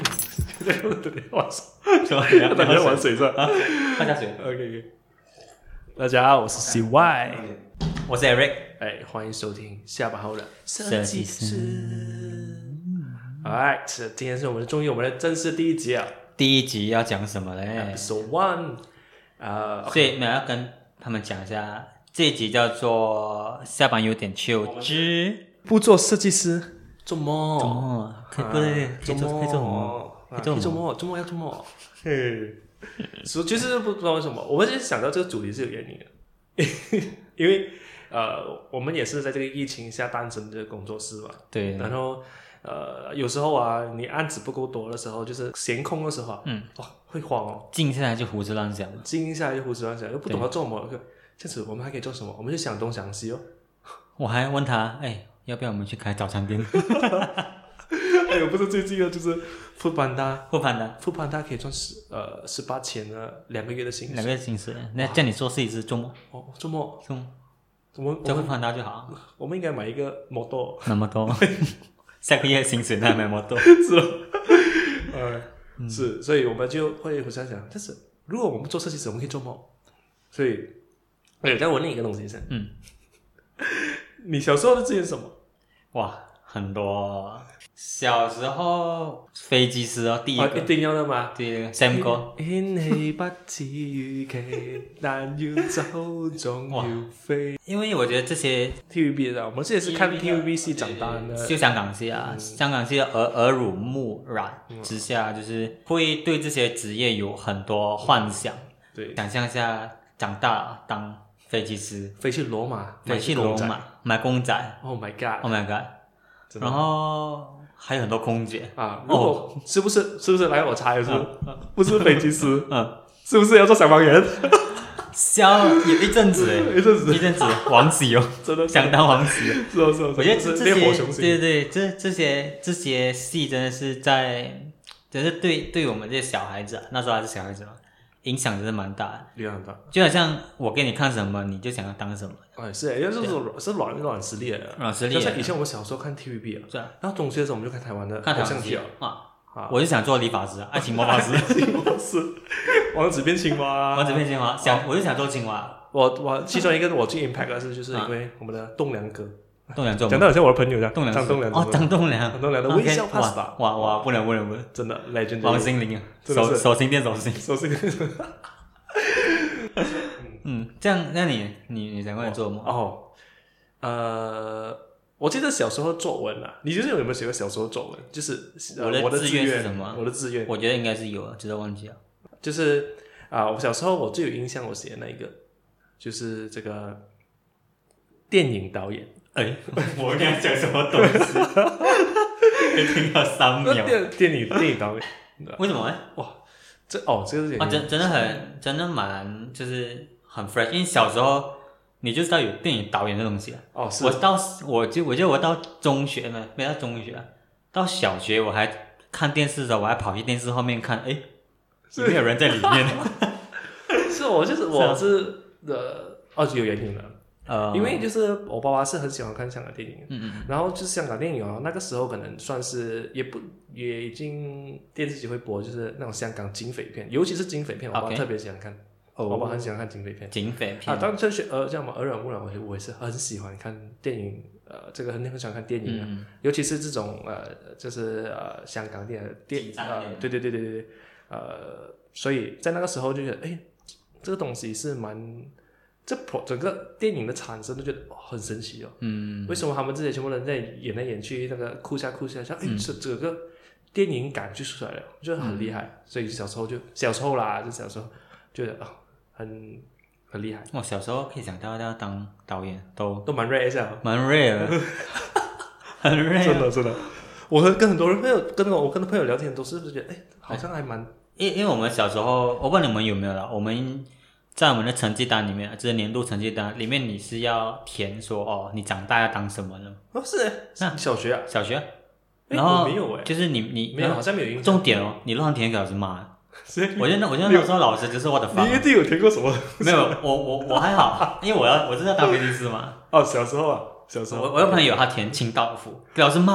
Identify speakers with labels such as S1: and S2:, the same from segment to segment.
S1: 在在玩水，
S2: 什么？你要
S1: 大家玩水上。
S2: 快下水。
S1: OK OK，大家好，我是 CY，
S2: 我是 Eric，
S1: 哎，欢迎收听下班后的
S2: 设计师
S1: 师。Alright，今天是我们的终于我们的正式第一集啊
S2: 第一集要讲什么嘞？
S1: ，Episode One。啊
S2: 所以我们要跟他们讲一下，这一集叫做下班有点 chill 之
S1: 不做设计师，做梦，
S2: 哦，可以不对，可以做可以做什么？
S1: 啊
S2: 可以做什么
S1: 可以做梦，做梦要做梦。嘿，所以其实不知道为什么，我们其实想到这个主题是有原因的， 因为呃，我们也是在这个疫情下诞生的工作室嘛。
S2: 对，
S1: 然后呃，有时候啊，你案子不够多的时候，就是闲空的时候啊，
S2: 嗯，
S1: 哇、会慌哦，
S2: 静下来就胡思乱想。
S1: 静一下就胡思乱想，又不懂
S2: 对
S1: 要做什么，这样子我们还可以做什么？我们就想东想西哦。
S2: 我还问他，哎，要不要我们去开早餐店？
S1: 哎呦，不是最近啊，就是富邦达，
S2: 不盘的，
S1: 富邦达可以赚十呃十八千的两个月的薪
S2: 两
S1: 水。
S2: 个形式。那叫你做设计师，周末
S1: 哦，周末
S2: 周末
S1: 我们我
S2: 叫不
S1: 们
S2: 盘他就好。
S1: 我们应该买一个 model，
S2: 那么多，下个月薪水那那么多，
S1: 呃，
S2: 嗯
S1: 是，所以我们就会回想想，但是如果我们做设计师，我们可以做梦。所以，哎，但我另一个东西是，
S2: 嗯，
S1: 你小时候的志愿是什么？
S2: 哇，很多。啊小时候飞机师哦，第一
S1: 啊
S2: 个，
S1: 一定要的嘛。
S2: 第一个 Sam 哥，
S1: 天氣不似預期，但要走總要飛。
S2: 因为我觉得这些嗯
S1: TVB 的，我们这也是看 TVB 系长大的。嗯
S2: 就香港戏啊，香港戏的耳耳濡目染之下，就是会对这些职业有很多幻想，
S1: 对，
S2: 想象一下长大当飞机师，
S1: 飞去罗马，
S2: 飞去罗马买公仔
S1: ，Oh my god！
S2: ，Oh my god！
S1: 真的
S2: 然后哦还有很多空姐，
S1: 啊，如果是不是是不是来我猜
S2: 啊
S1: 是不是飞机师，
S2: 嗯，
S1: 是不是要做消防员？
S2: 消有一阵子欸，
S1: 一阵子
S2: 一阵子王喜哦。
S1: 真的
S2: 想当王子。
S1: 是哦是哦，
S2: 我觉得这
S1: 是
S2: 这
S1: 烈
S2: 些，
S1: 火雄
S2: 对
S1: 心，
S2: 对对，这这些这些戏真的是在，真是对对我们这些小孩子、啊，那时候还是小孩子嘛，影响真的蛮大的。
S1: 力量很大。
S2: 就好像我给你看什么，你就想要当什么，
S1: 哎，是，因为是软是软软实力的，
S2: 老师厉
S1: 就像
S2: 害
S1: 以，前我们小时候看 TVB 啊，
S2: 是啊，
S1: 然后中学的时候我们就看台湾的
S2: 看
S1: 偶
S2: 他
S1: 像
S2: 们
S1: 剧
S2: 戏
S1: 啊，
S2: 啊，
S1: 啊
S2: 我就想做理发师啊，爱情魔法师，
S1: 是王子变青蛙啊。
S2: 王子变青蛙，想我就想做青蛙，
S1: 我我其中一个我最 impact 的是，就是因为我们的栋梁哥，
S2: 啊栋梁做
S1: 讲到好像我的朋友一样，
S2: 栋梁
S1: 张栋梁
S2: 哦，
S1: 真的
S2: 张栋梁，
S1: 张栋梁的
S2: OK，
S1: 微笑 pasta
S2: 哇哇哇，不能不能不能，
S1: 真的 legend，
S2: 王心凌啊，
S1: 真的
S2: 手
S1: 是
S2: 手心变手心，
S1: 说这个
S2: 嗯，这样，那你你你想过来做梦？
S1: 哦，呃，我记得小时候作文啊，你就是有没有写过小时候作文？就是呃
S2: 我的
S1: 我的
S2: 志
S1: 志
S2: 愿是
S1: 愿
S2: 什么
S1: 我的志愿
S2: 我觉得应该是有啊，只是忘记了。
S1: 就是啊、我小时候我最有印象，我写的那一个就是这个电影导演。
S2: 哎， 我跟你讲什么东西？你听了三秒，
S1: 呃电电影电影导演，
S2: 为什么呢？
S1: 这哦，这个是
S2: 啊，
S1: 原因
S2: 真真的很真的蛮就是很 fresh，因为小时候你就知道有电影导演的东西啊。
S1: 哦，是
S2: 我到我就我记得我到中学呢，没到中学啊，到小学我还看电视的时候，我还跑去电视后面看，哎，有没有人在里面？
S1: 是，我就是我是呃啊哦，有原因的，
S2: 呃，
S1: 因为就是我爸爸是很喜欢看香港电影，
S2: 嗯嗯，
S1: 然后就是香港电影哦，那个时候可能算是也不也已经电视机会播，就是那种香港警匪片，尤其是警匪片，我爸
S2: OK
S1: 特别喜欢看，我爸很喜欢看警匪啊哦片。
S2: 嗯警匪片
S1: 啊，当然这是呃，像嘛耳濡目染，我也我也是很喜欢看电影，呃，这个很很喜欢看电影的，啊
S2: 嗯
S1: 尤其是这种呃，就是呃香港电影
S2: 紧
S1: 电
S2: 张
S1: 呃，对对对对对对，呃，所以在那个时候就觉得，哎，这个东西是蛮，这 pro 整个电影的产生都觉得哦很神奇哦，
S2: 嗯，
S1: 为什么他们这些全部人在演来演去，那个哭下哭下，像
S2: 嗯
S1: 哎，这整个电影感就出来了，就很厉
S2: 嗯
S1: 害，所以小时候就小时候啦，就小时候觉得啊、很很厉害。
S2: 我小时候可以想到要当导演都
S1: 都蛮 rare 一下，
S2: 蛮 rare，的 很 rare
S1: 真
S2: 的。
S1: 的真的。我跟跟很多人朋友，跟那个我跟朋友聊天，都是觉得哎，好像还蛮
S2: 因因为我们小时候，我不知道你们有没有啦，我们在我们的成绩单里面，就是年度成绩单里面，你是要填说哦，你长大要当什么呢？
S1: 哦是
S2: 那
S1: 是小学啊，
S2: 小学，
S1: 哎
S2: 然后
S1: 我没有哎
S2: 就是啊你你
S1: 没有好像没有印象。
S2: 重点哦，你乱填给老师骂。
S1: 是
S2: 我觉得我觉得那时候老师就是我的
S1: 你一
S2: 烦，
S1: 定有听过什么？
S2: 没有我我我还好，因为我要我是要当飞机师嘛。
S1: 哦，小时候啊，小时候
S2: 我我有朋友他填清道夫，给老师骂，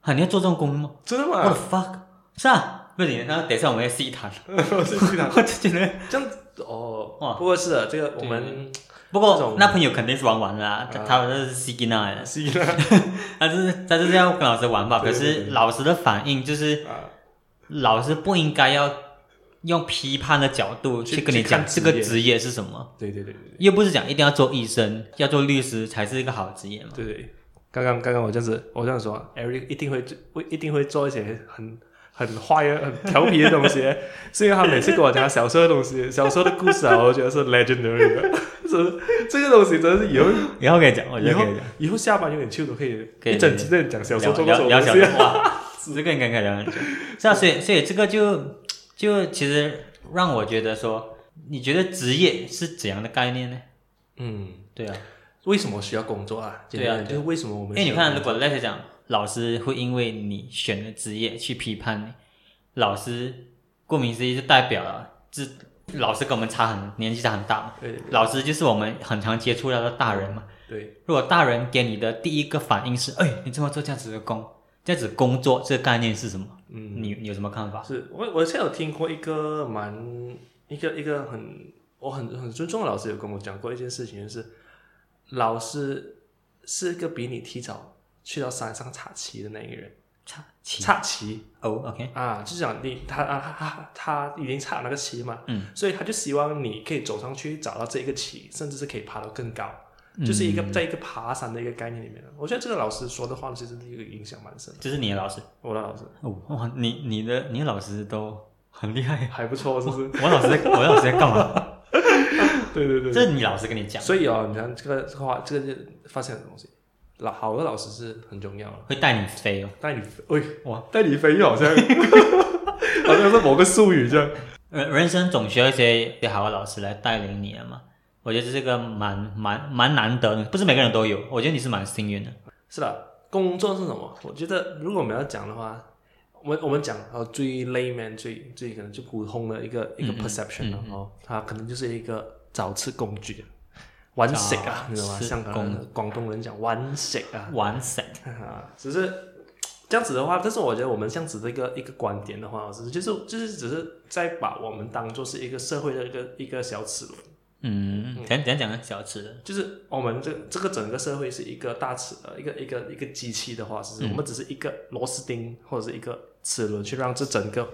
S2: 啊你要做这种工吗
S1: 真的
S2: ？What
S1: 吗？
S2: the fuck？是啊，不是你，那等一下我们要细谈。
S1: 我是去哪？
S2: 我就觉得，
S1: 这样子哦，
S2: 哇
S1: 不过是的，这个我
S2: 对
S1: 们
S2: 不
S1: 这
S2: 过
S1: 种
S2: 那朋友肯定是玩完了啊，他
S1: 啊
S2: 他是西吉娜来的，
S1: 是 的
S2: 他就是他就是要跟老师玩吧。可
S1: 对对对
S2: 是老师的反应就是，
S1: 啊，
S2: 老师不应该要用批判的角度去
S1: 去
S2: 跟你
S1: 去
S2: 讲
S1: 看
S2: 这
S1: 职
S2: 个
S1: 业
S2: 职业是什么，
S1: 对对对对对
S2: 又不是讲一定要做医生，要做律师才是一个好职业嘛。
S1: 对对，刚刚刚刚我这样子，我这样说，Eric 一定会会一定会做一些很很坏的、很调皮的东西， 是因为他每次跟我讲他小时候的东西、小时候的故事啊，我觉得是 legendary 的， 是这个东西真的是以后
S2: 以后可以讲，我觉
S1: 以
S2: 得
S1: 后
S2: 可以讲。
S1: 以后下班有点去都可以
S2: 可以
S1: 一整集在讲小时候做过什
S2: 聊
S1: 么
S2: 聊
S1: 东
S2: 小
S1: 西
S2: 说，哇，这个应该可以聊很久。是啊，所以所以这个就就其实让我觉得说，你觉得职业是怎样的概念呢？
S1: 嗯，
S2: 对啊，
S1: 为什么需要工作啊？
S2: 对啊
S1: 简单就是为什么我
S2: 因
S1: 们
S2: 为你
S1: 需要
S2: 看，
S1: 工
S2: 如
S1: 作
S2: 果类似讲，老师会因为你选的职业去批判你，老师顾名思义就代表了这老师跟我们差很年纪差很大嘛，
S1: 对
S2: 老师就是我们很常接触到的大人嘛。
S1: 对
S2: 如果大人给你的第一个反应是，哎，你这么做这样子的工，这样子工作这个概念是什么？
S1: 嗯。
S2: 你你有什么看法？
S1: 是我我之前有听过一个蛮一个一个很我很很尊重的老师有跟我讲过一件事情，就是老师是一个比你提早去到山上插旗的那一个人，
S2: 差旗
S1: 插旗
S2: 哦，OK，
S1: 啊，就是讲你他啊他他他已经插了那个旗嘛，
S2: 嗯，
S1: 所以他就希望你可以走上去找到这一个旗，甚至是可以爬到更高。就是一个在一个爬山的一个概念里面，我觉得这个老师说的话其实有影响蛮深的。
S2: 就是你的老师
S1: 我的老师
S2: 哦，哇，你你的你的老师都很厉害，
S1: 还不错，是不是？
S2: 我老师在我的老师在干嘛？
S1: 对对对对，
S2: 这是你老师跟你讲，
S1: 所以哦，你看这个这个话，这个就发现的东西，老好的老师是很重 要的。
S2: 会带你飞哦。
S1: 带你喂
S2: 哇，
S1: 带你飞好像 好像是某个术语这样。
S2: 人人生总需要一些比较好的老师来带领你的啊嘛。我觉得这是个蛮蛮蛮难得的，不是每个人都有。我觉得你是蛮幸运的。
S1: 是的，工作是什么？我觉得如果我们要讲的话，我们我们讲呃最 layman 最最可能就普通的一个一个
S2: 嗯嗯
S1: perception
S2: 嗯
S1: 然后它可能就是一个找吃工具，玩食
S2: 找
S1: 啊，你知道吗？
S2: 吃
S1: 像可能广东人讲玩食啊，
S2: 玩神，
S1: 啊， 只是这样子的话，但是我觉得我们这样子的一个一个观点的话，只是就是就是只是在把我们当做是一个社会的一个一个小齿轮，
S2: 嗯，怎样怎样讲呢？小吃的，
S1: 就是我们这这个整个社会是一个大齿呃一个一个一个机器的话，就是我们只是一个螺丝钉或者是一个齿轮去让这整个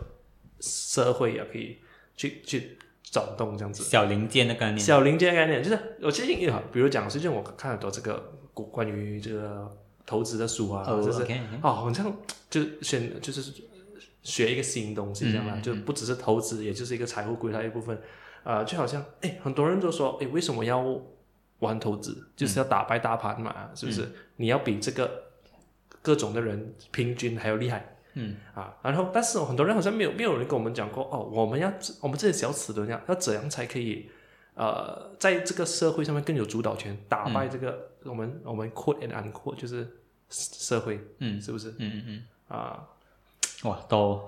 S1: 社会啊可以去去转动这样子。
S2: 小零件的概念。
S1: 小零件概念，就是我最近也好，比如讲最近我看很多这个关于这个投资的书啊，
S2: 哦
S1: 就是
S2: ，OK，
S1: 哦，好像就是选就是学一个新东西这样啦，
S2: 嗯
S1: 就不只是投资，也就是一个财务规划一部分。呃，就好像哎，很多人都说哎，为什么要玩投资？
S2: 嗯
S1: 就是要打败大盘嘛，是不是？你要比这个各种的人平均还要厉害。
S2: 嗯
S1: 啊，然后但是很多人好像没有没有人跟我们讲过哦，我们要我们这些小齿轮要要怎样才可以呃，在这个社会上面更有主导权，打
S2: 嗯
S1: 败这个、我们我们 quote and unquote 就是社会，
S2: 嗯
S1: 是不是
S2: 嗯嗯嗯，
S1: 啊？
S2: 哇，都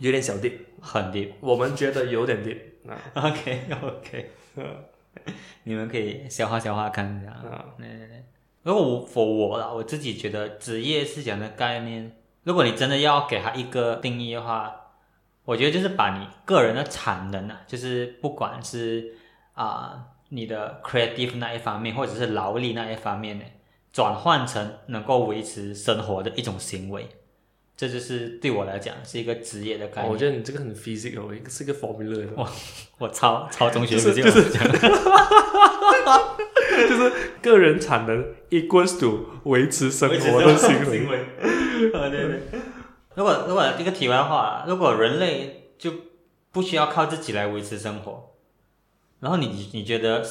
S1: 有点小 d
S2: 很厉
S1: 我们觉得有点 d 啊
S2: OK OK，你们可以消化消化看一下。
S1: 啊，
S2: 如果我 for 我啦，我自己觉得职业是讲的概念，如果你真的要给它一个定义的话，我觉得就是把你个人的产能啊，就是不管是啊、你的 creative 那一方面，或者是劳力那一方面呢，转换成能够维持生活的一种行为，这就是对我来讲是一个职业的概
S1: 哦我
S2: 念。
S1: 觉得你这个很 physical，一个是一个 formula，
S2: 哇我超超中学
S1: 就是
S2: 这
S1: 就
S2: 样
S1: 是
S2: 讲的，
S1: 个人产能 equals to 维持生
S2: 维持
S1: 活的
S2: 生活
S1: 行为，
S2: 为。啊，对对。如果如果一个题外话，如果人类就不需要靠自己来维持生活，然后你你觉得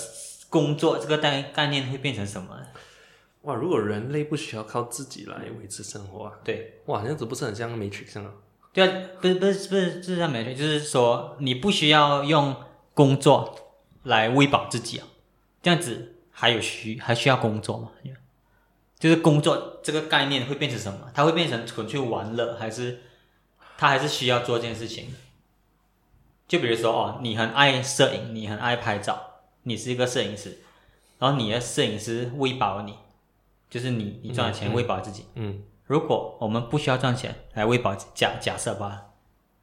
S2: 工作这个概概念会变成什么呢？
S1: 哇，如果人类不需要靠自己来维持生活啊，
S2: 对
S1: 哇，这样子不是很像 Matrix 这样啊？
S2: 对啊，不是不是不是，就是像美学，就是说你不需要用工作来喂饱自己啊，这样子还有需还需要工作吗？就是工作这个概念会变成什么？它会变成纯粹玩乐，还是它还是需要做这件事情？就比如说哦，你很爱摄影，你很爱拍照，你是一个摄影师，然后你的摄影师喂饱你，就是你你赚的钱喂饱自己。
S1: 嗯，
S2: 如果我们不需要赚钱来喂饱，假假设吧，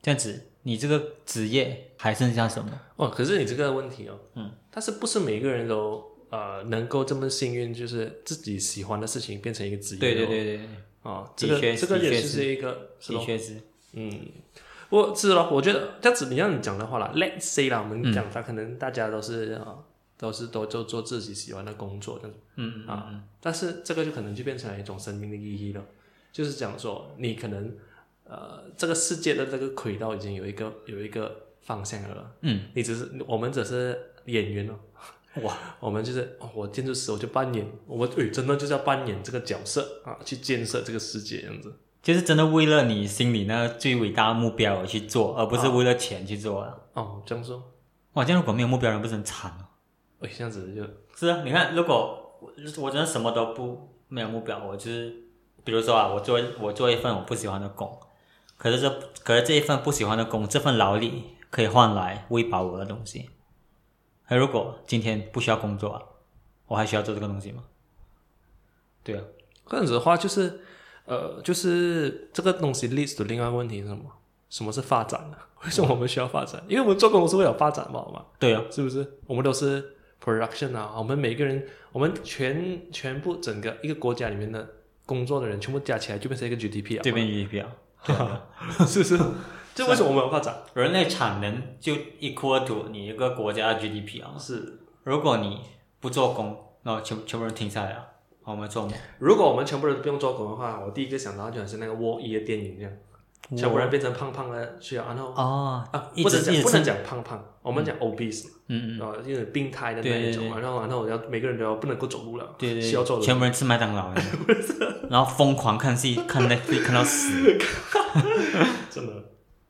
S2: 这样子你这个职业还剩下什么？
S1: 哦，可是你这个问题哦，
S2: 嗯，
S1: 但是不是每个人都呃能够这么幸运，就是自己喜欢的事情变成一个职业、哦？
S2: 对对对对，
S1: 哦，这
S2: 的
S1: 个
S2: 确
S1: 这个
S2: 的确
S1: 也
S2: 是
S1: 是一个，是
S2: 的
S1: 咯，
S2: 确是，
S1: 嗯，我是咯，我觉得这样子你让你讲的话啦，Let's say 啦，我们讲他可能大家都是啊、都是都就做自己喜欢的工作，但
S2: 嗯嗯
S1: 啊但是这个就可能就变成了一种生命的意义了，就是讲说你可能呃这个世界的这个轨道已经有一个有一个方向了，
S2: 嗯，
S1: 你只是我们只是演员哦，
S2: 哇，
S1: 我们就是哦我建筑师我就扮演，我诶真的就是要扮演这个角色啊，去建设这个世界这样子，
S2: 就是真的为了你心里那最伟大的目标而去做，而不是为了钱去做啊。
S1: 哦这样说，
S2: 哇，这样如果没有目标，人不是很惨哦？
S1: 哎这样子就。
S2: 是啊，你看，如果我我真的什么都不没有目标，我就是比如说啊，我做我做一份我不喜欢的工，可是这可是这一份不喜欢的工，这份劳力可以换来喂饱我的东西。那如果今天不需要工作啊，我还需要做这个东西吗？对啊，
S1: 这样子的话，就是呃，就是这个东西 leads to 另外一个问题是什么？什么是发展呢、为什么我们需要发展？因为我们做工是为了发展嘛，好吗？
S2: 对啊，
S1: 是不是？我们都是 production 啊，我们每个人，我们全全部整个一个国家里面的工作的人，全部加起来就变成一个 GDP 啊，
S2: 这边也比较。
S1: 是不是？这为什么我们要发展？
S2: 人类产能就 equal to 你一个国家的 GDP 啊。
S1: 是，
S2: 如果你不做工，那全全部人停下来啊，我们做吗？
S1: 如果我们全部人不用做工的话，我第一个想到就是那个《沃伊》的电影这样，全部人变成胖胖的去啊，然后
S2: 哦
S1: 啊，
S2: 一
S1: 不能
S2: 直一
S1: 讲
S2: 直
S1: 不能讲胖胖，我们讲 obese
S2: 嗯嗯，
S1: 啊，因为病态的那一种嘛，然后然后我要每个人都要不能够走路了，
S2: 对对
S1: 需要走
S2: 对，
S1: 路。
S2: 全部人吃麦当 劳，然后疯狂看戏，看 Netflix 看到死。
S1: 真的。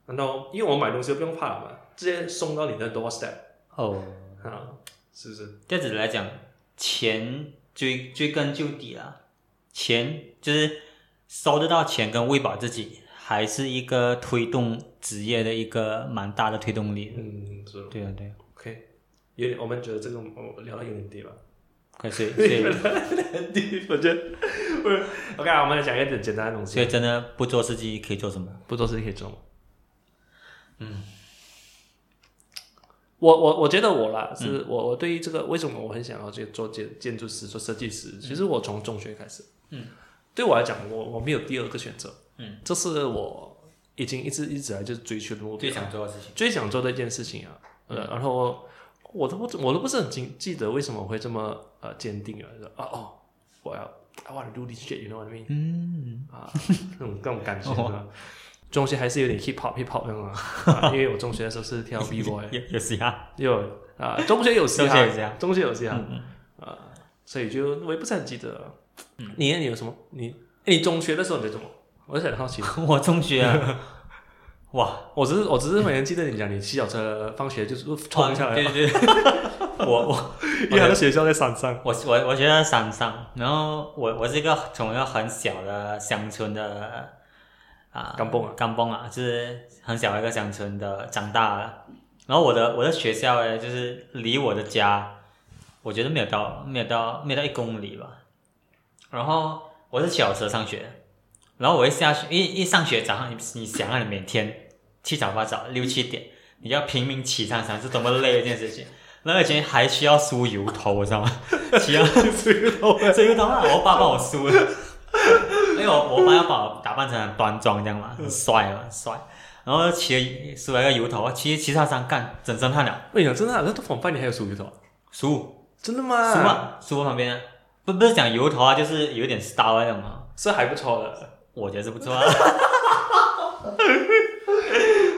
S1: 然后因为我买东西都不用怕了嘛，直接送到你的 doorstep
S2: 哦，
S1: 啊，是不是？
S2: 这样子来讲，钱追追根究底啦，钱就是收得到钱跟喂饱自己，还是一个推动职业的一个蛮大的推动力。
S1: 嗯，是。
S2: 对啊，对啊，
S1: OK，有点我们觉得这个我聊到有点低吧。
S2: 可以，啊所以所以
S1: 低，我觉得，我 OK，啊我们来讲一点简单的东
S2: 所
S1: 西。
S2: 以真的不做设计可以做什么？
S1: 不做事情可以做吗？嗯，我我我觉得我啦，
S2: 嗯
S1: 是我我对于这个为什么我很想要去做建建筑师、做设计师，其实我从中学开始，
S2: 嗯，
S1: 对我来讲，我我没有第二个选择，
S2: 嗯，
S1: 这是我已经一直一直来就是追求的目标，
S2: 做的事情。
S1: 最想做的一件事情啊，
S2: 嗯
S1: 呃，然后我都不我都不是很记记得为什么我会这么呃坚定啊，就是啊哦，我要 I want to do this shit，you know what I mean？
S2: 嗯，
S1: 啊， 那种那种感觉，对
S2: 哦
S1: 吧？中学还是有点 hip hop hip hop 那种啊，啊因为我中学的时候是跳 b boy，
S2: 有有嘻哈，
S1: 有啊，中学有嘻
S2: 中学
S1: 哈
S2: 有嗯嘻哈，
S1: 中学有嘻哈啊，所以就我也不是很记得了。
S2: 嗯
S1: 你呢你有什么？你哎你中学的时候你在做什么？我是很好奇，
S2: 我中学啊， 哇，
S1: 我只是我只是每天记得你讲你骑脚车放学就是冲下来
S2: 哦对，对对， 我我
S1: 因为他的学校在山上。
S2: 我我我学在山上，然后我我是一个从一个很小的乡村的啊，
S1: 甘榜啊，
S2: 甘榜啊，就是很小的一个乡村的长大了。然后我的我的学校呢，就是离我的家，我觉得没有到没有到没有到一公里吧。然后我是小时候上学，然后我一下学一一上学早上，你你想啊，你每天七早八早六七点，你要拼命骑上山是多么累的一件事情。那而且还需要梳油头，我知道吗？ 骑到梳油头，梳油头啊！我爸帮我梳的，因为我我爸要把我打扮成很端庄这样嘛，很帅嘛，很帅。然后骑了梳了一个油头，啊骑骑上山干，整身汗了，
S1: 我跟你讲，真的啊，那都仿拜你还有手鱼头啊，
S2: 梳
S1: 真的
S2: 梳
S1: 吗？
S2: 啊，梳旁边啊，不不是讲油头啊，就是有点 style 那种啊，
S1: 是还不错的。
S2: 我觉得是不错啊。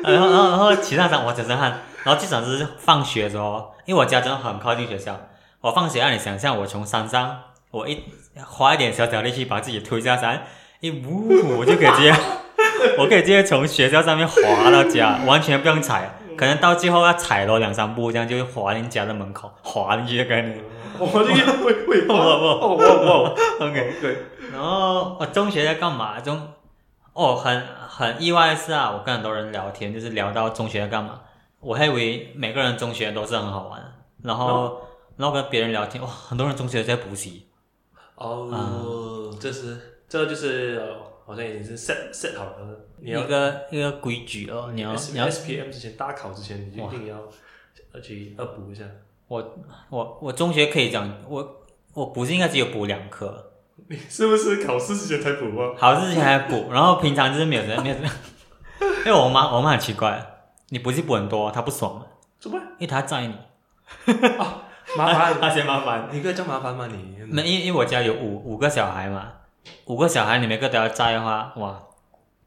S2: 然后然后然后骑上山，我整身汗。然后这场是放学的时候，因为我家真的很靠近学校，我放学让啊你想象我从山上，我一花一点小小力气把自己推下山，一呜我就可以直接， 我可以直接从学校上面滑到家，完全不用踩，可能到最后要踩多两三步，这样就会滑进家的门口，滑进去的概念。
S1: 我这个会会
S2: 哇哇
S1: 哦哇哇
S2: OK，
S1: 对，
S2: 哦然后我中学在干嘛？中哦，很很意外的是啊，我跟很多人聊天，就是聊到中学在干嘛。我还以为每个人中学都是很好玩，然后、然后跟别人聊天，哇，很多人中学在补习，啊
S1: 哦，这是这就是呃好像已经是 set set 好了。你要
S2: 一个一个规矩哦，你要
S1: S
S2: 你要嗯
S1: S P M 之前大考之前，你就一定要呃去恶补一下。
S2: 我我我中学可以讲，我我补是应该只有补两科，
S1: 你是不是考试之前才补啊？
S2: 好之前还补，然后平常就是没有人没 有人，因为我妈我妈很奇怪，你补习补很多，她不爽，
S1: 怎么
S2: 因为她在你，
S1: 麻 烦？
S2: 她嫌麻烦，
S1: 你不要叫麻烦嘛你。
S2: 没因为因为我家有五五个小孩嘛，五个小孩你每个都要在的话，哇，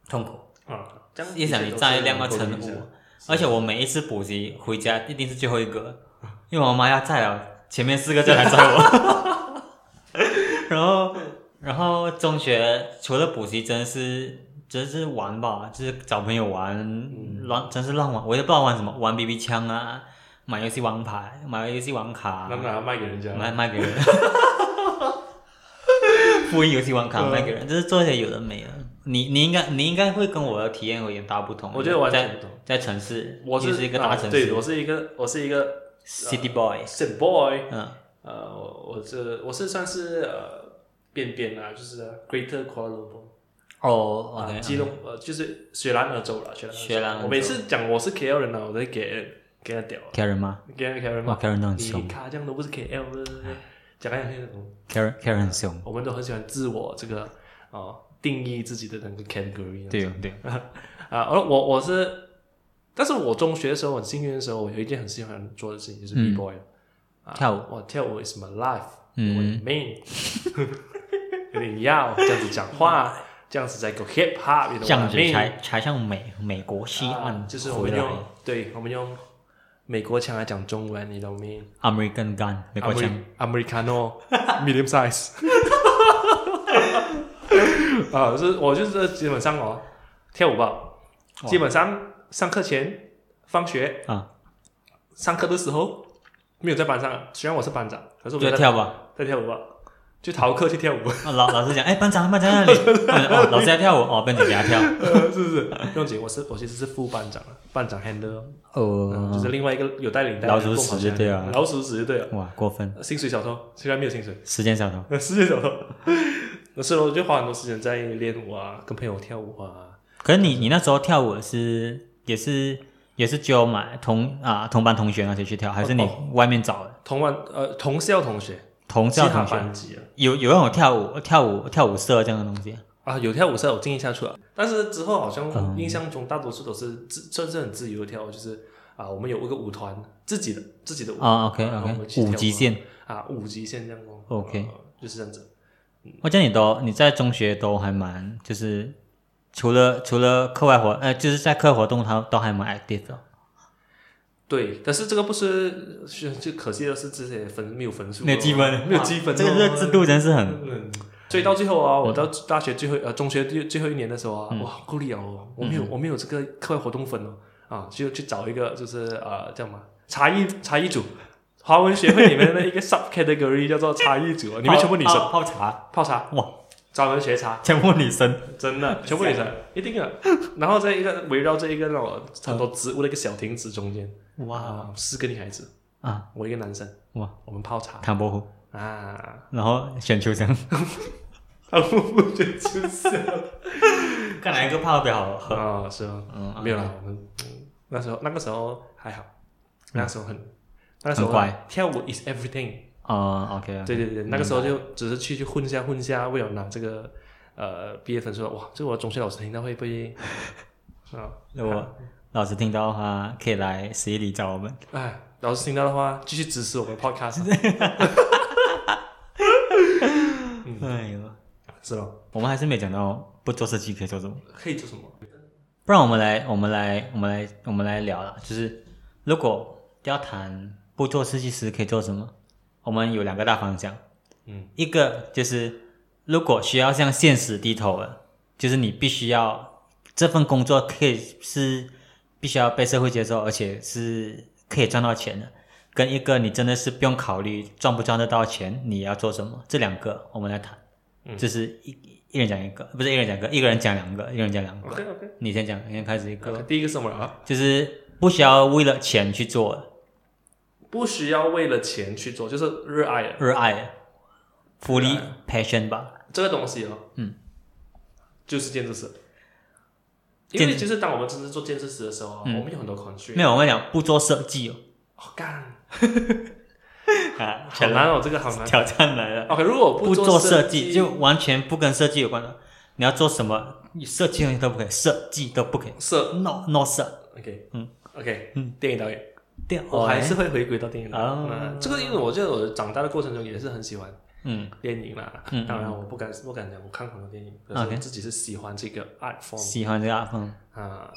S2: 痛苦，
S1: 啊，这样
S2: 一想你在量要乘
S1: 成
S2: 五，而且我每一次补习回家一定是最后一个，因为我妈要在了，前面四个再来载我。 然后，然后中学除了补习，真是真是玩吧，就是找朋友玩，
S1: 嗯
S2: 乱真是乱玩，我也不知道玩什么，玩 BB 枪啊，买游戏王牌，买游戏王卡啊
S1: 那，拿来卖给人家，
S2: 卖卖给人， 复印游戏王卡
S1: 嗯
S2: 卖给人，就是做一些有的没的。你你应该你应该会跟我的体验有点大不同，
S1: 我觉得完
S2: 在
S1: 全不懂。
S2: 在城市，
S1: 我
S2: 又是一个
S1: 啊
S2: 大城
S1: 对
S2: 市、
S1: 我是一个我是一个
S2: city boy，
S1: 省 boy，
S2: 嗯
S1: 呃，我我这我是算是呃边边啊，就是 Greater Kuala Lumpur。
S2: 哦
S1: 啊，
S2: ，OK，
S1: 基隆呃就是雪兰莪州了，雪兰莪州
S2: 雪兰莪州
S1: 我每次讲我是 KL 人呢，啊我都给给他屌了，啊
S2: Karen 吗？
S1: 给他 KL 人
S2: 哇
S1: 嘛，
S2: ，Karen 都很
S1: 你
S2: 凶
S1: 卡这样都不是 KL 的，讲来讲去那种，
S2: ，Karen Karen 很凶，
S1: 我们都很喜欢自我这个哦定义自己的那个 category
S2: 对哦对哦，
S1: 啊，而我我是，但是我中学的时候很幸运的时候，我有一件很喜欢做的事情就是 B boy，啊
S2: 嗯跳舞，
S1: 我跳舞 is my life，
S2: 嗯
S1: 我的 main，有 点要这样子讲话，这样子在搞 hip hop，you know what I
S2: 这样子
S1: mean
S2: 才才像美美国西
S1: 啊
S2: 岸
S1: 就是我
S2: 回
S1: 们
S2: 来
S1: 用，对，我们用美国腔来讲中文，你懂没？
S2: American gun 美国枪，
S1: Americano medium size。啊，是我就是基本上哦，跳舞吧，
S2: 哇
S1: 基本上上课前、放学
S2: 啊，
S1: 上课的时候没有在班上，虽然我是班长，可是我
S2: 就
S1: 在
S2: 跳吧。
S1: 在跳舞啊，就逃课去 跳舞，
S2: 啊老老师讲，哎，班长班长在那里， 哦，老师在跳舞，哦，班长给他跳，
S1: 呃是不是？不用紧，我是我其实是副班长了，班长 handle，、嗯、
S2: 哦，
S1: 就是另外一个有带领带的
S2: 老鼠
S1: 共
S2: 屎
S1: 跑起来
S2: 就对啊了
S1: 老鼠屎就对了。
S2: 哇，过分，
S1: 薪水小偷，虽然没有薪水，
S2: 时间小偷，
S1: 世界小偷。 那时候就花很多时间在练舞啊，跟朋友跳舞啊。
S2: 可是你你那时候跳舞是也是也是只有买同啊同班同学那些去跳，还是你外面找的
S1: 同班呃同校同学，
S2: 同
S1: 其
S2: 校
S1: 他
S2: 同学？
S1: 班级啊
S2: 有有那种跳舞跳舞跳舞社这样的东西？
S1: 啊有跳舞社我进一下去了，但是之后好像
S2: 嗯
S1: 印象中大多数都是自算是很自由的跳，就是啊我们有一个舞团自己的自己的舞
S2: 啊，OK
S1: 然后我们
S2: OK，
S1: 去跳
S2: 五极限。
S1: 啊五级线这样哦。
S2: OK
S1: 呃就是这样子。
S2: 我觉得你都你在中学都还蛮就是除了除了课外活呃就是在课外活动他都还蛮 active 的。
S1: 对，但是这个不是是就可惜的是这些分没有分数哦，
S2: 没有积分啊
S1: 没有积分哦，
S2: 这个这个制度真是 很
S1: 嗯，所以到最后啊，我到大学最后呃中学最最后一年的时候啊，哇，够力了哦，我没有、我没有这个课外活动分哦，啊，就去找一个就是呃叫什么茶艺茶艺组，华文学会里面的一个 sub category 叫做茶艺组哦，里面全部女生
S2: 泡泡茶
S1: 泡茶
S2: 啊哇，
S1: 专门学茶，
S2: 全部女生
S1: 真的，全部女生一定的，然后在一个围绕着一个那种很多植物的一个小亭子中间，
S2: 哇
S1: 啊，四个女孩子，
S2: 啊
S1: 我一个男生，
S2: 哇
S1: 我们泡茶
S2: 唐伯虎，
S1: 啊。
S2: 然后选秋香，
S1: 啊，我觉得就是
S2: 看哪一个泡的好喝？
S1: 啊，是吗？
S2: 嗯
S1: 没有啦，我们嗯那时候那个时候还好，那时候嗯很那时候
S2: 很乖
S1: 跳舞 is everything。
S2: 啊，OK
S1: 对对对，那个时候就只是去去混一下混一下，为了拿这个呃毕业分数。哇，这个我中学老师听到会不会啊？
S2: 如果老师听到的话，可以来十一里找我们。
S1: 哎，老师听到的话，继续支持我们 podcast
S2: 哎呦，
S1: 是吧？
S2: 我们还是没讲到不做设计可以做什么，
S1: 可以做什么？
S2: 不然我们来，我们来，我们来，我们来聊啦。就是如果要谈不做设计师可以做什么，我们有两个大方向，
S1: 嗯，
S2: 一个就是如果需要向现实低头了，就是你必须要这份工作可以是必须要被社会接受，而且是可以赚到钱的。跟一个你真的是不用考虑赚不赚得到钱，你要做什么？这两个我们来谈，
S1: 嗯
S2: 就是一一人讲一个，不是一人讲一个，一个人讲两个，一人讲两个。
S1: OK OK。
S2: 你先讲，你先开始一个，
S1: 第一个是什么啊？
S2: 就是不需要为了钱去做的，
S1: 不需要为了钱去做，就是热爱了
S2: 热爱的，fully passion 吧。
S1: 这个东西哦。
S2: 嗯。
S1: 就是建设师。因
S2: 建
S1: 为其实当我们真正做建设师的时候啊，
S2: 嗯
S1: 我们有很多 constraint。
S2: 没有，我跟你讲，不做设计哦，
S1: 哦，干，
S2: 啊，
S1: 好难哦，这个好难。
S2: 挑战来了，
S1: OK，如果我
S2: 不
S1: 做
S2: 做
S1: 设
S2: 设计就完全不跟设计有关的，你要做什么，你设计的东西都不可以，设计都不可以
S1: 设
S2: ，no no 设，
S1: ，OK，
S2: 嗯
S1: ，OK，
S2: 嗯，
S1: 电影导演，
S2: 对，
S1: 我还是
S2: 哎
S1: 会回归到电影导演。
S2: 哦
S1: 嗯这个因为我觉得我长大的过程中也是很喜欢
S2: 嗯
S1: 电影啦
S2: 嗯，
S1: 当然我不敢不敢讲我看很多电影，可是
S2: OK
S1: 我自己是喜欢这个 art form
S2: 喜欢这个阿峰，
S1: 啊，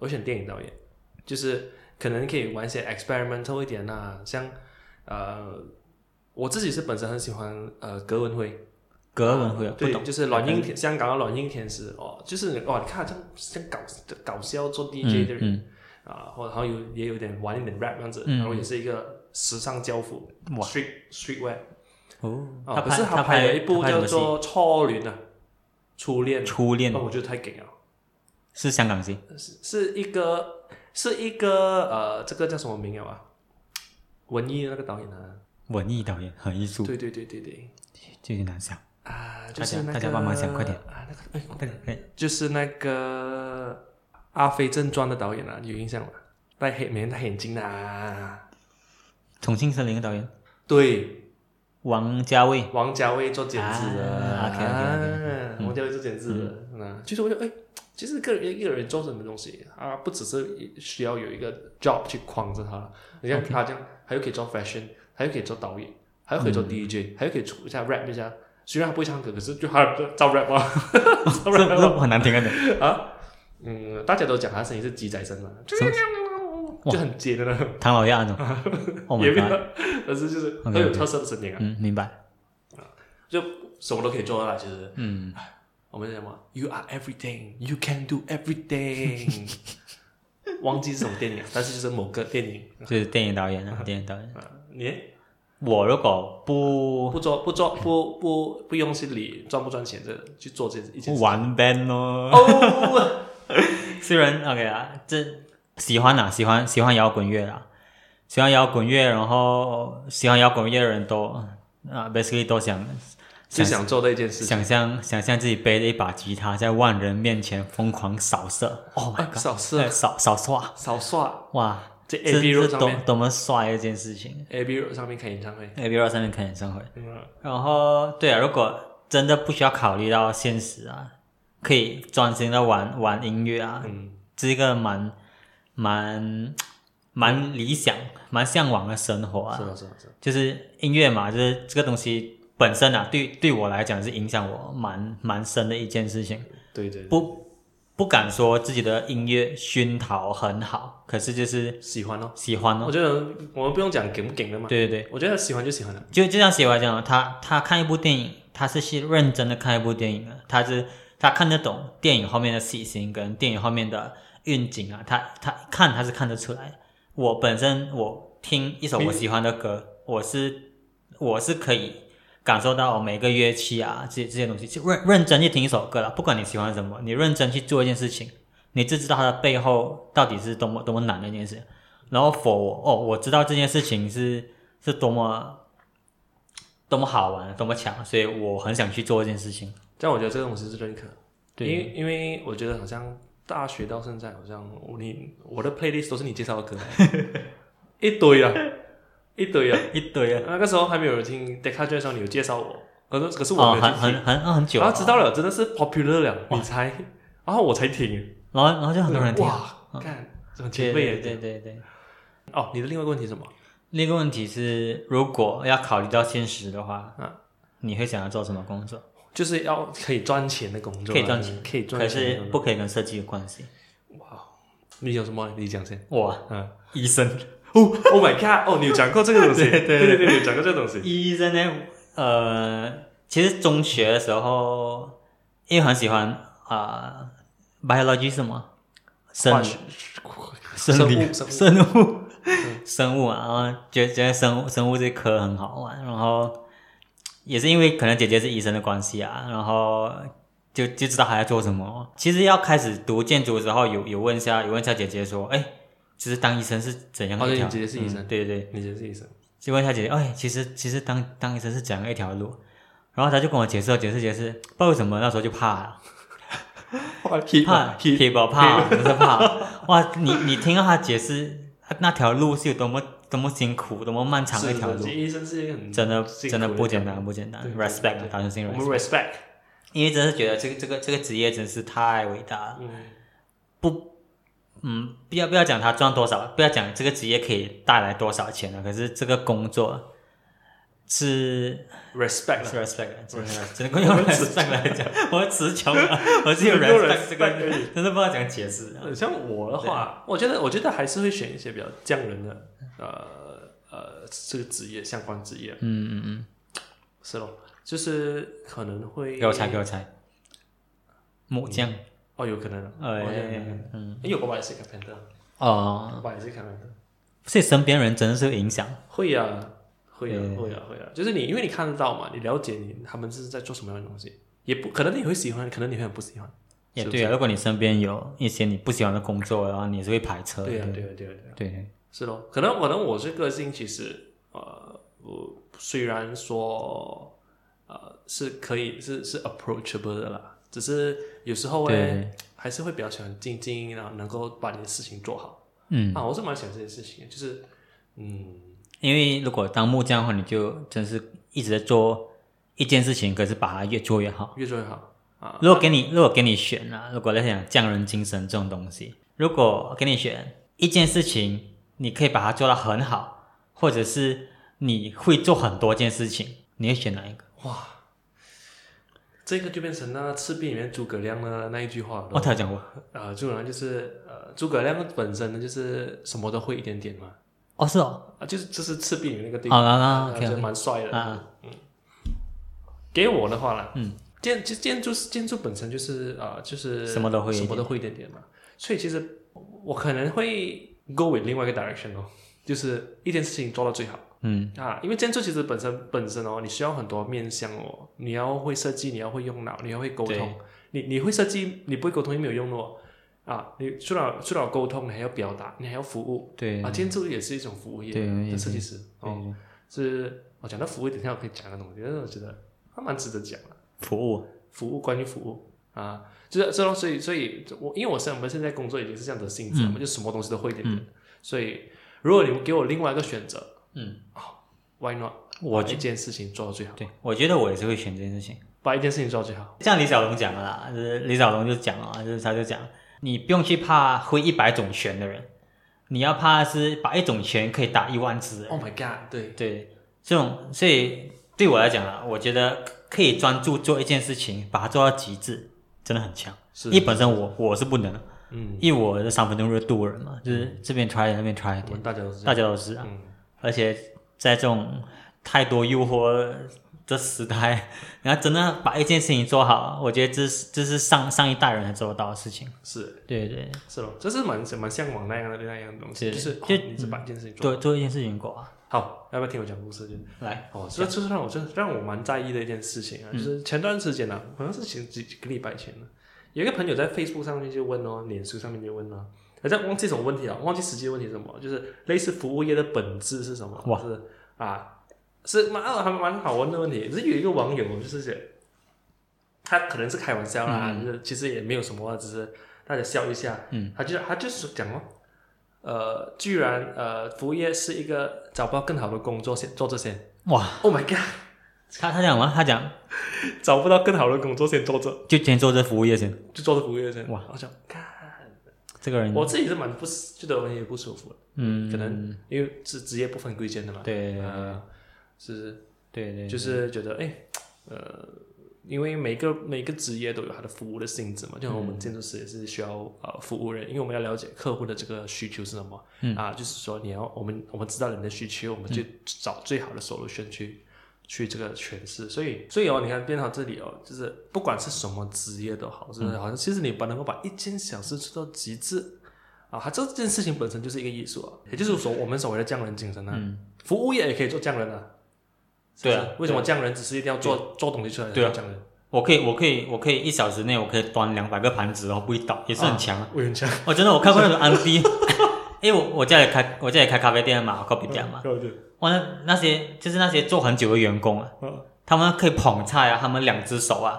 S1: 我选电影导演，就是可能可以玩一些 experimental 一点啦，像呃，我自己是本身很喜欢呃格文辉，
S2: 格文会有不
S1: 对，
S2: 懂，
S1: 就是软硬天，香港的软硬天使哦，就是哦，你看像像搞搞笑做 DJ 的人、
S2: 嗯
S1: 啊，或然后有也有点玩一点 rap 这样子，
S2: 嗯
S1: 然后也是一个时尚教父
S2: 哇
S1: ，street streetwear
S2: 嗯，哦，
S1: 啊，可
S2: 拍
S1: 是
S2: 他
S1: 拍了一部
S2: 拍什
S1: 叫
S2: 么戏
S1: 做《初恋》啊，初恋，
S2: 初恋
S1: 哦，我觉得太给了，
S2: 是香港戏，
S1: 是是一个是一个呃，这个叫什么名啊？文艺的那个导演啊，
S2: 文艺导演很艺术，
S1: 对对对对对
S2: 就有点难想，
S1: 啊，就
S2: 大
S1: 是
S2: 家
S1: 那个
S2: 大家帮忙想快点
S1: 啊，那个哎
S2: 快点快点，
S1: 就是那个《阿飞正传》的导演啊，有印象吗？戴黑面戴眼镜的啊，
S2: 重庆森林的导演
S1: 对，
S2: 王家卫，
S1: 王家卫做剪纸的
S2: 啊，OK，OK，OK，OK，
S1: 啊
S2: 嗯
S1: 王家卫做剪纸的，嗯，其实我觉得，哎，其实个人一个人做什么东西啊，不只是需要有一个 job 去框着他，你看他这样，还又可以做 fashion，还又可以做导演，还又可以做
S2: 嗯
S1: DJ，还又可以出一下 rap 一下，虽然他不会唱歌，可是就他照 rap 啊，
S2: 这
S1: 照 rap 啊
S2: 这很难听啊！你
S1: 啊，嗯，大家都讲他声音是鸡仔声嘛，就
S2: 么
S1: 就很尖的那种，
S2: 唐老鸭那种，Oh
S1: 也
S2: my
S1: 没
S2: god！
S1: 有，但是就是很
S2: OK，OK
S1: 有特色的声音啊，
S2: 嗯，明白，
S1: 就什么都可以做到啦。其实哎
S2: 嗯，
S1: 我们讲嘛，You are everything, you can do everything 。 忘记是什么电影，啊但是就是某个电影
S2: 就是电影导演啊，电影导演。
S1: 啊，你
S2: 我如果不
S1: 不做不做不不不用心理赚不赚钱的去做这一件
S2: 不
S1: 事。
S2: 玩 band 咯，
S1: 哦，
S2: 虽然 OK 啊，这喜欢啊，喜欢喜欢摇滚乐啊，喜欢摇滚乐，然后喜欢摇滚乐的人都啊，basically 都想
S1: 就
S2: 想
S1: 想做的一件事情。
S2: 想象想象自己背着一把吉他在万人面前疯狂扫射，Oh my
S1: 啊
S2: god，
S1: 少
S2: 对
S1: 射
S2: 扫扫刷，
S1: 少刷，
S2: 哇，
S1: 在
S2: 这
S1: A B
S2: 这
S1: Road 上
S2: 多
S1: 面
S2: 多么帅的一件事情
S1: ，A B Road 上面开演唱会。
S2: ，A B R 上面看演唱会。
S1: 嗯，
S2: 然后，对啊，如果真的不需要考虑到现实啊，可以专心的玩玩音乐啊，
S1: 嗯
S2: 这个蛮蛮蛮理想、蛮向往的生活啊
S1: 是。啊是啊是啊，
S2: 就是音乐嘛，就是这个东西本身啊，对对我来讲是影响我蛮蛮深的一件事情。
S1: 对对，对
S2: 不不敢说自己的音乐熏陶很好，可是就是
S1: 喜欢哦。
S2: 喜欢
S1: 我
S2: 哦。
S1: 觉得我们不用讲给不给的嘛，
S2: 对对对，
S1: 我觉得喜欢就喜欢了。
S2: 就就像写完讲，他他看一部电影，他是去认真的看一部电影的，他是他看得懂电影后面的细心跟电影后面的运景啊，他他看他是看得出来的。我本身我听一首我喜欢的歌，我是我是可以感受到每个乐器啊这这些东西，就认认真去听一首歌了，不管你喜欢什么，你认真去做一件事情，你就知道它的背后到底是多么多么难的一件事。然后 for 我哦，我知道这件事情是是多么多么好玩，多么强，所以我很想去做这件事情。
S1: 但我觉得这个东西是认可，
S2: 对
S1: 因为因为我觉得好像大学到现在，好像我你我的 playlist 都是你介绍 的歌，一堆啊，一堆啊。
S2: 一堆啊，
S1: 那个时候还没有人听 d e c a d 的时候，你有介绍我，可是可是我
S2: 哦，
S1: 没
S2: 很
S1: 有去
S2: 很
S1: 听，
S2: 很很很久啊
S1: 然
S2: 了，
S1: 后知道了，真的是 popular 了，你才，然后我才听，
S2: 然后然后就很多人听，嗯
S1: 哇，看很
S2: 对
S1: 前辈
S2: 对
S1: 耶。
S2: 对对对。
S1: 哦，你的另外一个问题是什么？
S2: 另一个问题是，如果要考虑到现实的话，
S1: 啊
S2: 你会想要做什么工作？
S1: 就是要可以赚钱的工作啊，
S2: 可以赚钱，
S1: 可以赚
S2: 可
S1: 钱的
S2: 是
S1: 工作。
S2: 不可以跟设计有关系。
S1: 你有什么？你讲先。
S2: 哇，
S1: 嗯
S2: 医生，
S1: ，Oh my God！哦，你有讲过这个东西，
S2: 对对
S1: 对对对，你有讲过这个东西。
S2: 医生呢？呃，其实中学的时候，因为很喜欢啊、b i o l o g y 是什么？生
S1: 化
S2: 理
S1: 学
S2: 生理、
S1: 生物
S2: 生物、生物啊，然后觉觉得生物生物这科很好玩，然后也是因为可能姐姐是医生的关系啊，然后就就知道还要做什么。其实要开始读建筑的时候，有有问一下，有问一下姐姐说，哎，其实当医生是怎样
S1: 哦
S2: 的一
S1: 对
S2: 条？
S1: 你姐姐是医生
S2: 嗯对对对，
S1: 你觉得是医生？
S2: 就问一下姐姐，哎，其实其实当当医生是怎样一条路？然后她就跟我解释，解释解释，不知道为什么那时候就怕了。 hip hop hip hop 不是 hop，哇，你你听到他解释他那条路是有多么多么辛苦、多么漫长的一条
S1: 是
S2: 路
S1: 这，医生是一个很
S2: 真的
S1: 辛苦
S2: 真的不简
S1: 一
S2: 单不简单
S1: 对对对
S2: ，respect
S1: 对
S2: 打算性
S1: 条路。我
S2: respect，
S1: 们 respect，
S2: 因为真是觉得这个这个这个职业真是太伟大了，
S1: 嗯，
S2: 不，嗯，不要不要讲他赚多少，不要讲这个职业可以带来多少钱了，啊可是这个工作是
S1: respect
S2: 是
S1: 啦
S2: respect 的，真的
S1: Respect
S2: 真的用
S1: 我们只
S2: respect 来讲，我词穷了，我只有
S1: 没有
S2: respect 这
S1: respect 而
S2: 个
S1: 已，
S2: 真的不知道怎样解释。啊
S1: 呃像我的话，我觉得我觉得还是会选一些比较匠人的，呃呃，这个职业相关职业
S2: 嗯嗯嗯，
S1: 是咯，就是可能会
S2: 给我猜，给我猜，木匠，
S1: 哦，有可能，
S2: 哎
S1: 我觉得有可能，
S2: 嗯，
S1: 因为我爸也是 carpenter，我
S2: 哦，
S1: 爸也是 carpenter，
S2: 所以身边人真的是有影响，
S1: 会啊，会啊
S2: 对，
S1: 会啊，会啊，就是你因为你看得到嘛，你了解你他们是在做什么样的东西，也不可能你会喜欢，可能你会很不喜欢，
S2: 也
S1: 是不
S2: 对
S1: 是
S2: 啊。如果你身边有一些你不喜欢的工作，然后你也是会排斥的，
S1: 对啊，对啊，对啊，对啊。
S2: 对，
S1: 是咯，可能可能我这个性其实呃，我虽然说呃是可以是是 approachable 的啦，只是有时候呢
S2: 对
S1: 还是会比较喜欢静静，然后能够把你的事情做好、
S2: 嗯，
S1: 啊，我是蛮喜欢这件事情的，就是嗯
S2: 因为如果当木匠的话，你就真是一直在做一件事情，可是把它越做越好。
S1: 越做越好啊，
S2: 如果给你，如果给你选啊，如果在讲匠人精神这种东西，如果给你选一件事情，你可以把它做到很好，或者是你会做很多件事情，你会选哪一个？
S1: 哇，这个就变成了《赤壁》里面诸葛亮的那一句话了
S2: 哦，他有讲过，
S1: 啊，诸葛亮就是呃，诸葛亮本身呢就是什么都会一点点嘛，
S2: 哦是哦，
S1: 啊，就是就是《赤壁》里面那个地
S2: 好
S1: 方。
S2: 啦
S1: 啊
S2: 啦，
S1: 觉得
S2: OK，
S1: 蛮帅的。
S2: 啊
S1: 给我的话啦，
S2: 嗯，
S1: 建建建筑建筑本身就是啊、呃就是
S2: 什么都会一
S1: 什
S2: 点
S1: 么都会一点点嘛。所以其实我可能会 go with 另外一个 direction 哦，就是一件事情做到最好
S2: 嗯
S1: 啊。因为建筑其实本身本身哦，你需要很多面向哦，你要会设计，你要会用脑，你要会沟
S2: 对
S1: 通。你你会设计，你不会沟通也没有用的哦。啊，你除了除了沟通，你还要表达，你还要服务
S2: 对哦
S1: 啊。建筑也是一种服务业
S2: 对也
S1: 的
S2: 是
S1: 设计师哦。
S2: 对
S1: 是我讲到服务，等一下我可以讲个东西，但是我觉得还蛮值得讲的。
S2: 服务，
S1: 服务关于服务啊，就是这种，所以所以我因为我现我们现在工作已经是这样的性质了嘛，就什么东西都会一点点。所以如果你们给我另外一个选择
S2: 嗯，
S1: ，Why not？
S2: 我
S1: 把
S2: 觉
S1: 一件事情做到最好，
S2: 对，我觉得我也是会选这件事情。
S1: 把一件事情做到最好。
S2: 像李小龙讲的啦，就是李小龙就讲啊，就是他就讲，你不用去怕会一百种拳的人，你要怕的是把一种拳可以打一万次的人。
S1: Oh my god！对，
S2: 对，这种所以对我来讲啊，我觉得可以专注做一件事情，把它做到极致，真的很强。
S1: 是
S2: 因为本身我我是不能的，
S1: 嗯，
S2: 因为我是三分钟热度的人嘛，就是这边 try 那边 try 一
S1: 我
S2: 点，
S1: 们大家都是这
S2: 大
S1: 样，
S2: 家都是啊。
S1: 嗯，
S2: 而且在这种太多诱惑的时代，然后真的把一件事情做好，我觉得这是这是上上一代人才做得到的事情。
S1: 是
S2: 对对，
S1: 是咯，这是蛮蛮向往那样的那样的东
S2: 是
S1: 西，就是
S2: 就
S1: 哦你只把一件事情做
S2: 做做一件事情过啊，
S1: 好，要不要听我讲故事？就
S2: 来，
S1: 哦，这这是让我这让我蛮在意的一件事情啊，
S2: 嗯
S1: 就是前段时间呢、啊，好像是前几几个礼拜前了、有一个朋友在 Facebook 上面就问哦，脸书上面就问哦，好像忘记什么问题了，忘记实际问题是什么，就是类似服务业的本质是什么？
S2: 哇
S1: 是啊，是蛮还蛮好玩的问题。只是有一个网友就是写，他可能是开玩笑啦，就是其实也没有什么，只是大家笑一下。
S2: 嗯，
S1: 他就他就是讲哦，呃，居然呃，服务业是一个找不到更好的工作先做这些。
S2: 哇，
S1: Oh my god！
S2: 他他讲什么？他讲
S1: 找不到更好的工作先做这，
S2: 就先做这服务业先，
S1: 就做这服务业先。
S2: 哇！
S1: 我想，看
S2: 这个人，
S1: 我自己是蛮不觉得我也不舒服的，
S2: 嗯，
S1: 可能因为是职业不分贵贱的嘛。
S2: 对对
S1: 啊，是
S2: 呃对对，
S1: 就是觉得哎，呃，因为每个每个职业都有它的服务的性质嘛，就像我们建筑师也是需要呃服务人，因为我们要了解客户的这个需求是什么，
S2: 嗯
S1: 啊，就是说你要我们我们知道人的需求，我们去找最好的 solution 去。去这个诠释，所以所以哦，你看变到这里哦，就是不管是什么职业都好，
S2: 嗯
S1: 就是好像其实你把能够把一件小事做到极致啊，它这件事情本身就是一个艺术啊，也就是说我们所谓的匠人精神啊，
S2: 嗯
S1: 服务业也可以做匠人啊，
S2: 对
S1: 是
S2: 啊
S1: 不是为什么匠人只是一定要做做东西出来？
S2: 对啊，
S1: 匠人
S2: 我可以我可以我可以一小时内我可以端两百个盘子，哦然后不会倒，也是很强啊。
S1: 我很强，
S2: 我真的我看过那种安迪， 因为我我家里开我家里开咖啡店嘛，我 copy 店嘛，
S1: 对对，
S2: 哇，那那些就是那些做很久的员工啊，
S1: 嗯
S2: 他们可以捧菜啊，他们两只手啊，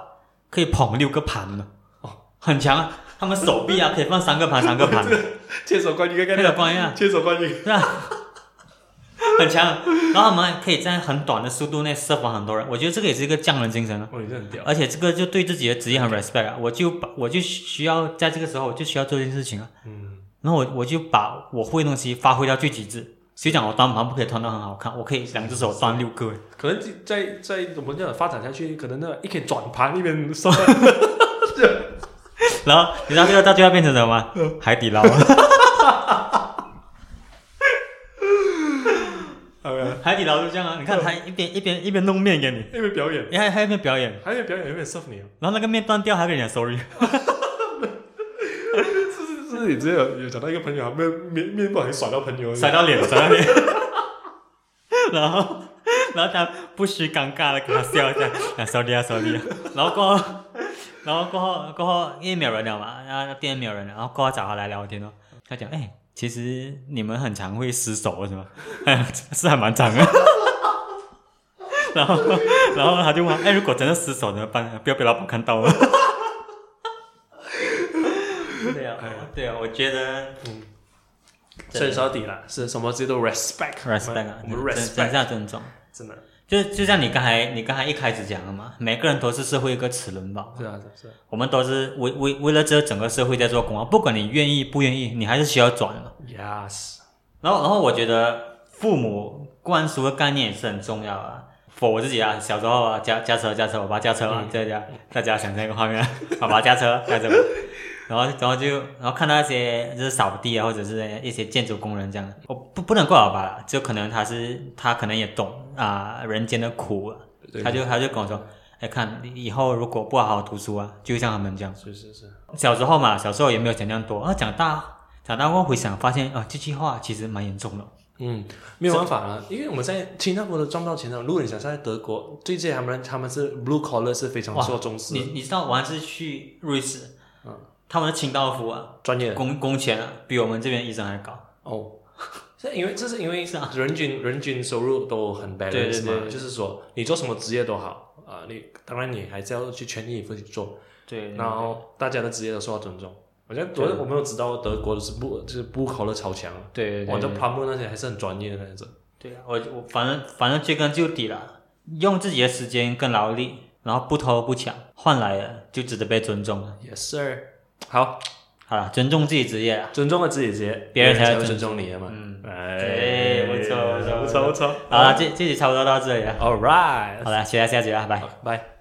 S2: 可以捧六个盘呢。
S1: 哦，
S2: 很强啊，他们手臂 啊可以放三个盘三个盘，
S1: 千手观音
S2: 那
S1: 跟
S2: 个
S1: 那
S2: 光呀，
S1: 千手观音，
S2: 对啊，很强。啊然后他们还可以在很短的速度内 serve 完很多人，我觉得这个也是一个匠人精神啊。
S1: 哦，你这很屌，
S2: 而且这个就对自己的职业很 respect 啊，我就把我就需要在这个时候我就需要做这件事情啊，
S1: 嗯，
S2: 然后我我就把我会的东西发挥到最极致。谁讲我端盘不可以端到很好看？我可以两只手
S1: 啊
S2: 端六个，
S1: 可能在在在我们这样发展下去，可能那一可以转盘一边 收，
S2: 然后你知道这个到最后变成什么吗？海底捞，海底捞就这样啊！你看他一边一边一边弄面给你，
S1: 一边表演，
S2: 还还一边表演，
S1: 还有表演一边 serve 你哦，
S2: 然后那个面断掉还跟人家 sorry，
S1: 是是，你只有有找到一个朋友，还面面面不小心甩到朋 友，
S2: 甩到脸，甩到脸，然后然后他不需尴尬的给他笑一下， 啊 sorry 啊 sorry，啊然后过后然后过后过后因为没有人了嘛，然后店没有人了，然后过后找他来聊天哦，他讲哎、其实你们很常会失手是吗？ 哎是还蛮常的。然后，然后他就问：“哎，如果真的失手怎么办？不要被老板看到了。” 对啊，对啊，我觉得
S1: 所以说到底啦，是什么字都 respect
S2: respect 啊，
S1: 我们
S2: 真真
S1: respect
S2: 是要尊重。
S1: 真的，
S2: 就就像你刚才你刚才一开始讲的嘛，每个人都是社会一个齿轮吧，
S1: 是啊是啊是啊，
S2: 我们都是为为为了这整个社会在做工啊，不管你愿意不愿意，你还是需要转的嘛。
S1: Yes，
S2: 然后然后我觉得父母灌输的概念也是很重要啊。for 我自己啊，小时候啊，驾驾车驾车，我爸驾车啊，在家大家想象一个画面， 爸爸驾车驾车，然后然后就然后看到一些就是扫地啊，或者是一些建筑工人这样，我不不能怪我爸啦，就可能他是他可能也懂啊、人间的苦、啊，
S1: 对
S2: 他就他就跟我说，哎看你以后如果不好好读书啊，就像他们这样。
S1: 是是是，
S2: 小时候嘛，小时候也没有想那样多，啊长大长大过后回想发现啊、这句话其实蛮严重的。
S1: 嗯，没有办法了，因为我们在新加坡的赚不到钱啊了。如果你想在德国，对这些他们他们是 blue collar 是嗯非常
S2: 哇
S1: 受重视
S2: 你
S1: 的，
S2: 你知道，我还是去瑞士，他们的清道夫啊，
S1: 专业的
S2: 工工钱啊，比我们这边医生还高。
S1: 哦。 是因为这是因为
S2: 是啊
S1: 人均人均收入都很
S2: 对对
S1: balance
S2: 对
S1: 嘛，就是说你做什么职业都好啊，你当然你还是要去全力以赴去做，
S2: 对
S1: 然后大家的职业都受到尊重。我觉得我我没有知道德国的是不就是不 collar 超强，啊
S2: 对
S1: 我的 plumber 那些还是很专业的那种。
S2: 对啊，我我反正反正追根究底了，用自己的时间跟劳力，然后不偷不抢，换来的就值得被尊重了。
S1: Yes sir，好，
S2: 好了，尊重自己职业啊。
S1: 尊重了自己的职业，
S2: 别人才会
S1: 才会
S2: 尊
S1: 尊重你啊的嘛。
S2: 嗯，
S1: 哎，
S2: 对不错不错
S1: 不错不错。
S2: 好了，这这集差不多到这里了。啊
S1: All right，
S2: 好了，期待下集了，拜拜。
S1: 拜。